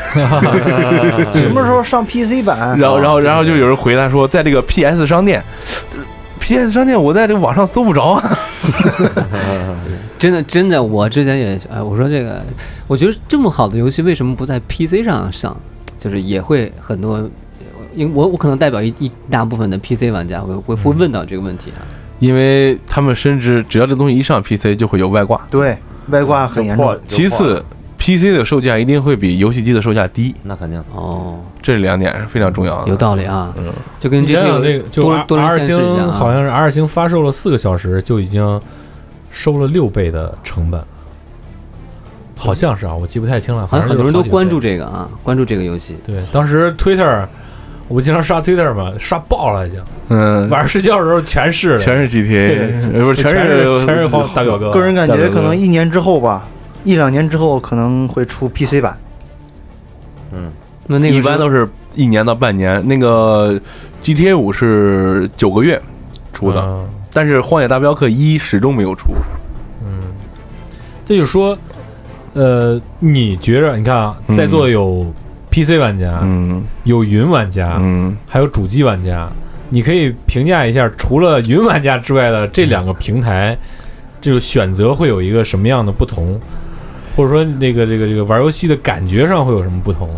G: 什么时候上 PC 版？
D: 然后然后然后就有人回答说，在这个 PS 商店。P.S. 商店，我在这网上搜不着啊。
H: 真的真的，我之前也哎，我说这个，我觉得这么好的游戏为什么不在 PC 上上？就是也会很多，因为我我可能代表一一大部分的 PC 玩家会会
E: 嗯
H: 会问到这个问题啊。
D: 因为他们深知，只要这东西一上 PC 就会有外挂。
G: 对外挂很严重，
D: 其次，PC 的售价一定会比游戏机的售价低，
F: 那肯定，
H: 哦，
D: 这两点是非常重要的。
H: 有道理啊，
D: 嗯
H: 就跟
E: 你想想
H: GTA
E: 这个，就
H: 多
E: R
H: 多人
E: R
H: 限制一下
E: 星
H: 啊
E: 好像是 R 星发售了四个小时就已经收了六倍的成本，好像是啊，我记不太清了，
H: 好
E: 反
H: 像
E: 正
H: 很多
E: 就是
H: 人
E: 好
H: 都
E: 几
H: 关注
E: 倍。
H: 这个啊，关注这个游戏。
E: 对，当时 Twitter 我经常刷 Twitter 嘛，刷爆了已经，
D: 嗯，
E: 晚上睡觉的时候全是的
D: 全是 GTA，呃不是
E: 全
D: 是
E: 全是黄大表哥，啊
G: 个人感
D: 大
G: 觉
D: 表哥
G: 可能一年之后吧，一两年之后可能会出 PC 版。
F: 嗯，
H: 那那个
D: 一般
H: 是
D: 都是一年到半年。那个 GTA 五是九个月出的，
E: 嗯
D: 但是《荒野大镖客一》始终没有出。
E: 嗯，这就说，呃，你觉着你看啊，
D: 嗯
E: 在座有 PC 玩家，
D: 嗯
E: 有云玩家，
D: 嗯，
E: 还有主机玩家，你可以评价一下，除了云玩家之外的这两个平台，这个选择会有一个什么样的不同，或者说那个这个这个玩游戏的感觉上会有什么不同？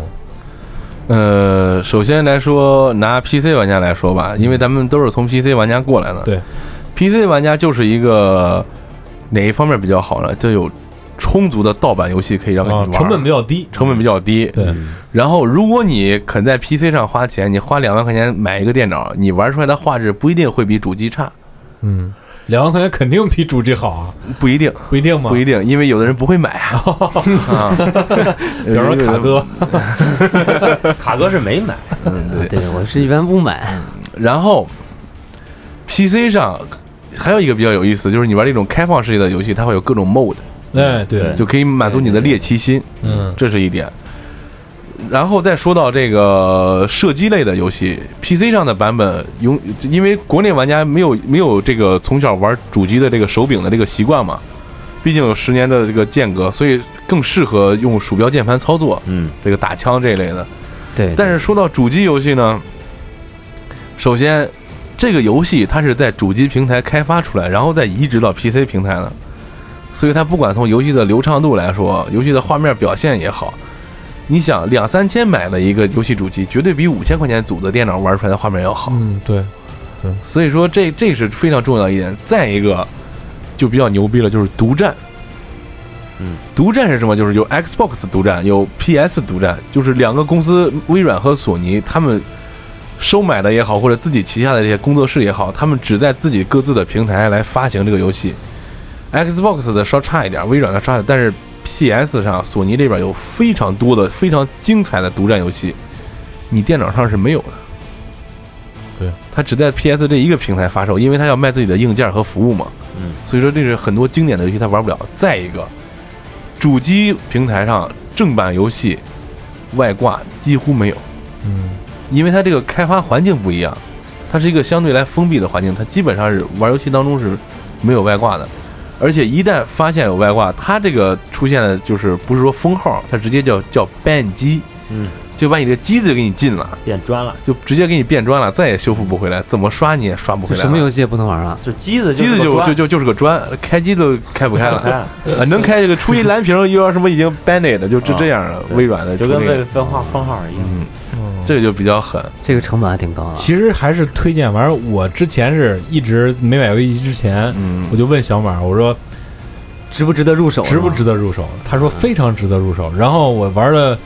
D: 呃，首先来说，拿 PC 玩家来说吧，因为咱们都是从 PC 玩家过来的。
E: 嗯对
D: ，PC 玩家就是一个哪一方面比较好呢？就有充足的盗版游戏可以让你
E: 啊
D: 呃玩，，
E: 成本比较低，
D: 成本比较低。
E: 对，
D: 然后，如果你肯在 PC 上花钱，你花两万块钱买一个电脑，你玩出来的画质不一定会比主机差，
E: 嗯，两万块钱肯定比主机好 啊，
D: 不一定，
E: 不一定吗？
D: 不一定，因为有的人不会买 啊。啊呃
E: 比方说卡，哥，
F: 卡哥是没买，
D: 嗯，对。
H: 啊对我是一般不买，
D: 然后，PC 上还有一个比较有意思，就是你玩这种开放世界的游戏，它会有各种 mode，
E: 哎，对，
D: 就可以满足你的猎奇心，
E: 嗯
D: 这是一点。然后再说到这个射击类的游戏，PC 上的版本永，因为国内玩家没有没有这个从小玩主机的这个手柄的这个习惯嘛，毕竟有十年的这个间隔，所以更适合用鼠标键盘操作，
F: 嗯，
D: 这个打枪这一类的。
H: 对，
D: 但是说到主机游戏呢，首先这个游戏它是在主机平台开发出来，然后再移植到 PC 平台的，所以它不管从游戏的流畅度来说，游戏的画面表现也好，你想两三千买的一个游戏主机，绝对比五千块钱组的电脑玩出来的画面要好。
E: 嗯，对，
D: 所以说这这是非常重要的一点。再一个就比较牛逼了，就是独占。
F: 嗯，
D: 独占是什么？就是有 Xbox 独占，有 PS 独占，就是两个公司，微软和索尼，他们收买的也好，或者自己旗下的这些工作室也好，他们只在自己各自的平台来发行这个游戏。Xbox 的稍差一点，微软的差一点，但是 PS 上索尼这边有非常多的非常精彩的独占游戏，你电脑上是没有的。
E: 对，
D: 它只在 PS 这一个平台发售，因为它要卖自己的硬件和服务嘛。
F: 嗯，
D: 所以说这是很多经典的游戏它玩不了。再一个，主机平台上正版游戏外挂几乎没有，
E: 嗯。
D: 因为它这个开发环境不一样，它是一个相对来封闭的环境，它基本上是玩游戏当中是没有外挂的。而且一旦发现有外挂，它这个出现的就是不是说封号，它直接叫叫 ban 机，
F: 嗯，
D: 就把你的机子给你禁了，
F: 变砖了，
D: 就直接给你变砖了，再也修复不回来，怎么刷你也刷不
H: 就
D: 回来了。
H: 什么游戏也不能玩啊。
F: 就机子
D: 机
F: 是
D: 子
F: 个
D: 就
F: 砖
D: 就就就是个砖，开机都开不开
F: 开
D: 了，
F: 了，
D: 啊能开这个出一蓝屏，又要什么已经 banned 的，就这
F: 啊
D: 这样的
F: 对
D: 微软的
F: 就
D: 出
F: 跟
D: 这个
F: 为分号分号一样，
D: 嗯，这个就比较狠，
H: 这个成本还挺高啊。
E: 其实还是推荐。反正我之前是一直没买游戏机之前，
D: 嗯
E: 我，就问小马，我说
H: 值不值得入手？
E: 值不值？得入
D: 啊
E: 手？他说非常值得入手。然后我玩了，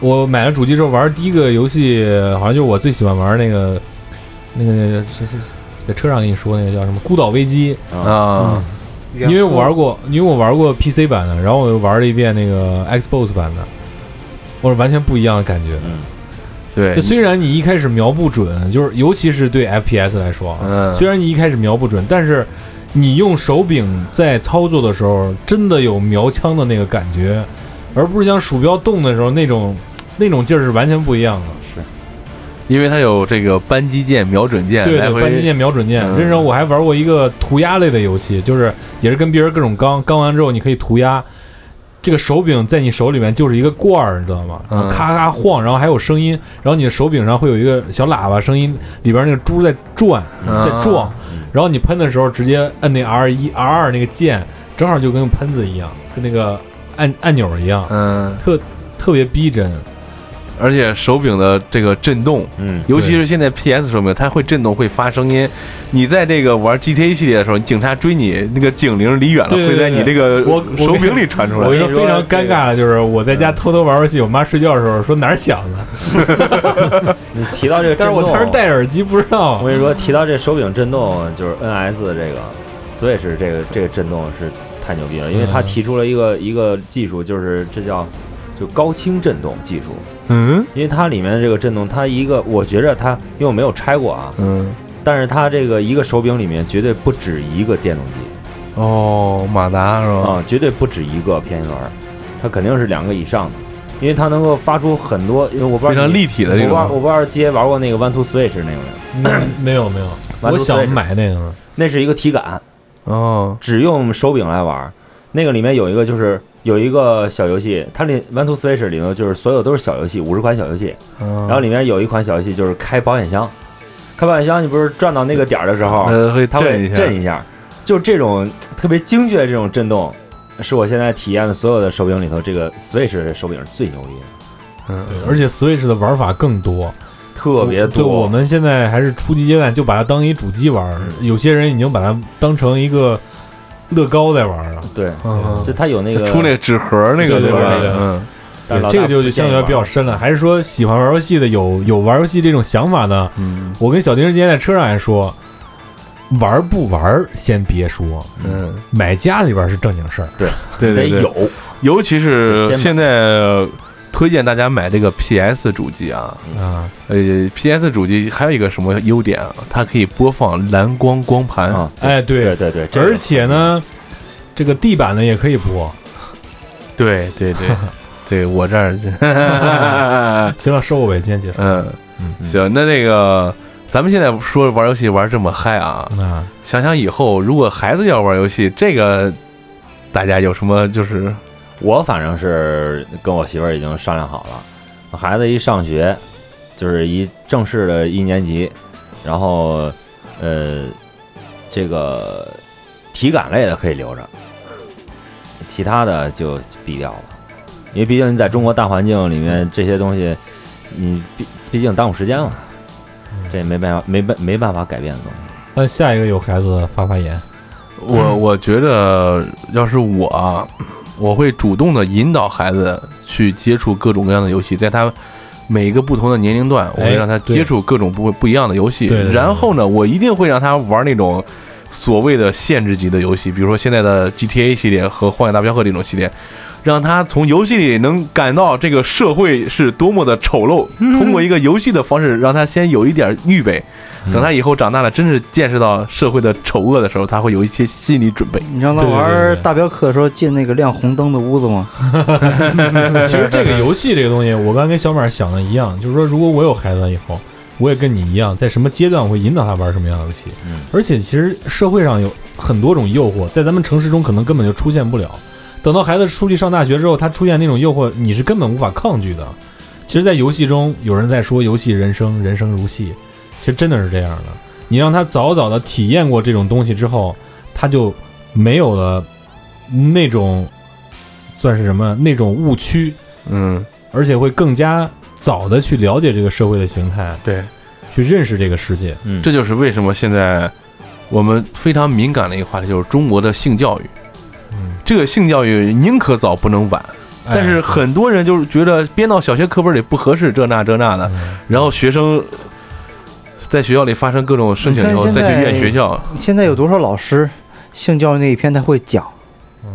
E: 我买了主机之后玩的第一个游戏，好像就是我最喜欢玩那个那个那个是是是在车上跟你说那个叫什么《孤岛危机
D: 啊，
G: 因》，
E: 因为我玩过，因为我玩过 PC 版的，然后我又玩了一遍那个 Xbox 版的，我是完全不一样的感觉。
F: 嗯，
D: 对
E: 就，虽然你一开始瞄不准，就是尤其是对 FPS 来说啊，
D: 嗯，
E: 虽然你一开始瞄不准，但是你用手柄在操作的时候，真的有瞄枪的那个感觉，而不是像鼠标动的时候那种那种劲儿是完全不一样的。
F: 是，
D: 因为它有这个扳机键、瞄准键，
E: 对
D: 呃来
E: 对，
D: 回
E: 扳机键、瞄准键。
D: 嗯
E: 这时候我还玩过一个涂鸦类的游戏，就是也是跟别人各种刚，刚完之后你可以涂鸦。这个手柄在你手里面就是一个罐儿，你知道吗？然后
D: 嗯
E: 咔咔晃，然后还有声音，然后你的手柄上会有一个小喇叭声音，里边那个珠在转，
D: 嗯
E: 在撞，然后你喷的时候直接摁那 R 一 R 二那个键，正好就跟喷子一样，跟那个按按钮一样，
D: 嗯，
E: 特别逼真。
D: 而且手柄的这个震动，
F: 嗯，
D: 尤其是现在 PS 手柄，它会震动，会发声音。你在这个玩 GTA 系列的时候，警察追你，那个警铃离远了，
E: 对对
D: 会在你这个
E: 我我
D: 手柄里传出
E: 我跟
D: 来。
E: 你说，非常尴尬的就是我在家偷偷玩游戏，我妈睡觉的时候说哪儿响的，
F: 你提到这个震
E: 但
F: 动，
E: 是我当时戴耳机不知道
F: 我。 跟你说，提到这手柄震动，就是 NS 的这个 Switch 这个这个震动是太牛逼了，因为
D: 嗯
F: 它提出了一个一个技术，就是这叫就高清震动技术。
D: 嗯
F: 因为它里面的这个震动，它一个我觉着它，因为我没有拆过啊，
D: 嗯，
F: 但是它这个一个手柄里面绝对不止一个电动机
D: 哦，马达是吧？
F: 啊，绝对不止一个偏心轮，它肯定是两个以上的，因为它能够发出很多，因为我不
D: 非
F: 知道
D: 常
F: 你
D: 立体的这
F: 我不知道
D: 种。
F: 我不知道街玩过那个 One Two Switch 那个没有，
E: 嗯没有没有，
F: 完犊
E: 我
F: 子
E: 想买那个呢。
F: 那是一个体感，
D: 哦，
F: 只用手柄来玩儿。那个里面有一个就是有一个小游戏，它里 One Two Switch 里头就是所有都是小游戏，五十款小游戏，
D: 然
F: 然后里面有一款小游戏就是开保险箱，开保险箱你不是转到那个点儿的时候，
D: 呃会
F: 它
D: 震
F: 会
D: 一下，
F: 震一下，就这种特别精确的这种震动，是我现在体验的所有的手柄里头，这个 Switch 的手柄是最牛逼的，
D: 嗯
E: 对，而且 Switch 的玩法更多，
F: 特别
E: 对，
F: 多。
E: 我们现在还是初级阶段，就把它当一主机玩儿，
F: 嗯
E: 有些人已经把它当成一个乐高在玩儿了。
F: 对，
D: 嗯
F: 就它有那个
D: 出那个纸盒那个
E: 对对
D: 吧
E: 对对？对
D: 嗯，
F: 但是老大
E: 这个就
F: 不
E: 就
F: 建
E: 相
F: 议
E: 对比较
F: 玩
E: 深了。还是说喜欢玩游戏的有有玩游戏这种想法呢？
D: 嗯
E: 我跟小丁儿今天在车上还说，玩儿不玩儿先别说，
D: 嗯，
E: 买家里边儿是正经事儿。
D: 对
F: 得
D: 对对，
F: 有，
D: 尤其是
F: 先买
D: 现在推荐大家买这个 PS 主机啊，
F: 嗯
E: 啊，
D: 呃，PS 主机还有一个什么优点啊？它可以播放蓝光光盘
F: 啊
E: 哎，对
F: 对，对对，这个
E: 而且呢，这个地板呢也可以铺。
D: 对对 对，对我这儿，
E: 行了，收我呗，今天结束。
D: 嗯
E: 嗯，
D: 行，那这个咱们现在说玩游戏玩这么嗨啊，
E: 啊，
D: 想想以后如果孩子要玩游戏，这个大家有什么就是
F: 我反正是跟我媳妇儿已经商量好了，孩子一上学，就是一正式的一年级，然后呃，这个体感类的可以留着，其他的就避掉了，因为毕竟你在中国大环境里面这些东西，你毕毕竟耽误时间了，这也没办法没办没办法改变的东西。
E: 那下一个有孩子的发发言。
D: 我我觉得要是我啊，我会主动的引导孩子去接触各种各样的游戏，在他每一个不同的年龄段，我会让他
E: 对
D: 接触各种不不一样的游戏
E: 对对。对
D: 然后呢，我一定会让他玩那种所谓的限制级的游戏，比如说现在的 GTA 系列和《荒野大镖客》这种系列。让他从游戏里能感到这个社会是多么的丑陋，通过一个游戏的方式，让他先有一点预备，等他以后长大了，真是见识到社会的丑恶的时候，他会有一些心理准备。
G: 你让他
E: 对对对对
G: 玩
E: 对
G: 大镖客的时候进那个亮红灯的屋子吗？
E: 其实这个游戏这个东西，我刚跟小马想的一样，就是说，如果我有孩子以后，我也跟你一样，在什么阶段我会引导他玩什么样的游戏。
F: 嗯，
E: 而且其实社会上有很多种诱惑，在咱们城市中可能根本就出现不了。等到孩子出去上大学之后，他出现那种诱惑，你是根本无法抗拒的。其实，在游戏中，有人在说“游戏人生，人生如戏”，其实真的是这样的。你让他早早的体验过这种东西之后，他就没有了那种算是什么那种误区，
D: 嗯，
E: 而且会更加早的去了解这个社会的形态，
D: 对，
E: 去认识这个世界。
F: 嗯，
D: 这就是为什么现在我们非常敏感的一个话题，就是中国的性教育。
E: 嗯，
D: 这个性教育宁可早不能晚，但
G: 哎
D: 是很多人就是觉得编到小学课本里不合适，这那这那的，
E: 嗯
D: 然后学生在学校里发生各种事情以后，
G: 你
D: 再
G: 看现
D: 去
G: 在
D: 怨学校，
G: 现在有多少老师性教育那一篇他会讲，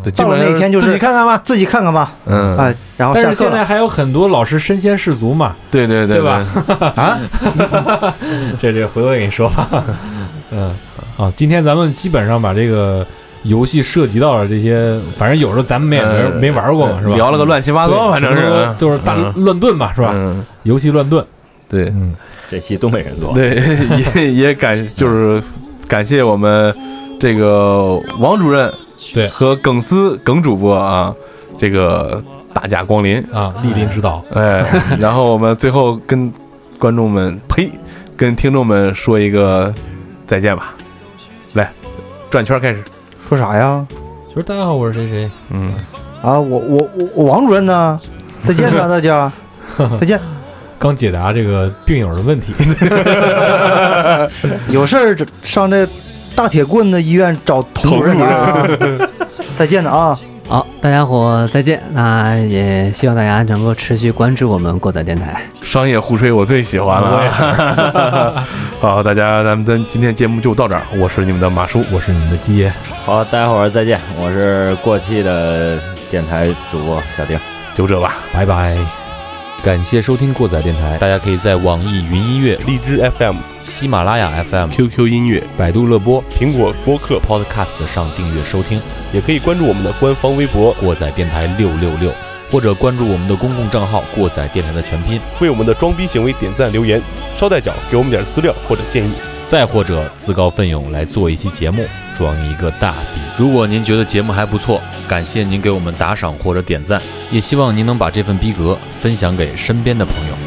D: 对，基
G: 到了
D: 本上
G: 那天就是
D: 自己看看吧。
G: 自己看看吧。
D: 嗯，
G: 啊，然后
E: 但
G: 下
E: 是
G: 课
E: 现在
G: 了
E: 还有很多老师身先士卒嘛，
D: 对对对
E: 对吧？
G: 啊，
E: 这这回头给你说吧。嗯，啊，今天咱们基本上把这个游戏涉及到了这些，反正有时候咱们也没、
D: 呃
E: 没玩过嘛，是吧？
D: 聊了个乱七八
E: 对
D: 糟，反正
E: 什么
D: 是
E: 都就是大
D: 嗯
E: 乱炖嘛，是吧？
D: 嗯
E: 游戏乱炖。
D: 对
E: 嗯，
F: 这期东北人做，
D: 对， 也也感就是感谢我们这个王主任
E: 对
D: 和耿思耿主播啊，这个大驾光临，
E: 啊，莅临指导，
D: 哎，然后我们最后跟观众们呸，跟听众们说一个再见吧，来转圈开始，
G: 说啥呀？
E: 就是大家好，我是谁谁，
D: 嗯，
G: 啊，我我我我王主任呢？再见了大家，再见。
E: 刚解答这个病友的问题，
G: 有事儿上这大铁棍子医院找童主任啊。再见了啊！
H: 好，大家伙再见。那也希望大家能够持续关注我们过载电台。
D: 商业互吹我最喜欢了啊， 好，大家咱们咱今天节目就到这儿，我是你们的马叔，
E: 我是你们的基爷，
F: 好，待会儿再见，我是过气的电台主播小丁。
D: 就这吧，
E: 拜拜。
C: 感谢收听过载电台，大家可以在网易云音乐、
B: 荔枝 FM、
C: 喜马拉雅 FM、
B: QQ 音乐、
C: 百度乐播、
B: 苹果播客，
C: Podcast 上订阅收听
B: 也可以关注我们的官方微博，
C: 过载电台六六六，或者关注我们的公共账号“过载电台”的全拼，
B: 为我们的装逼行为点赞留言，捎带脚给我们点资料或者建议。
C: 再或者自告奋勇来做一期节目，装一个大逼。如果您觉得节目还不错，感谢您给我们打赏或者点赞，也希望您能把这份逼格分享给身边的朋友。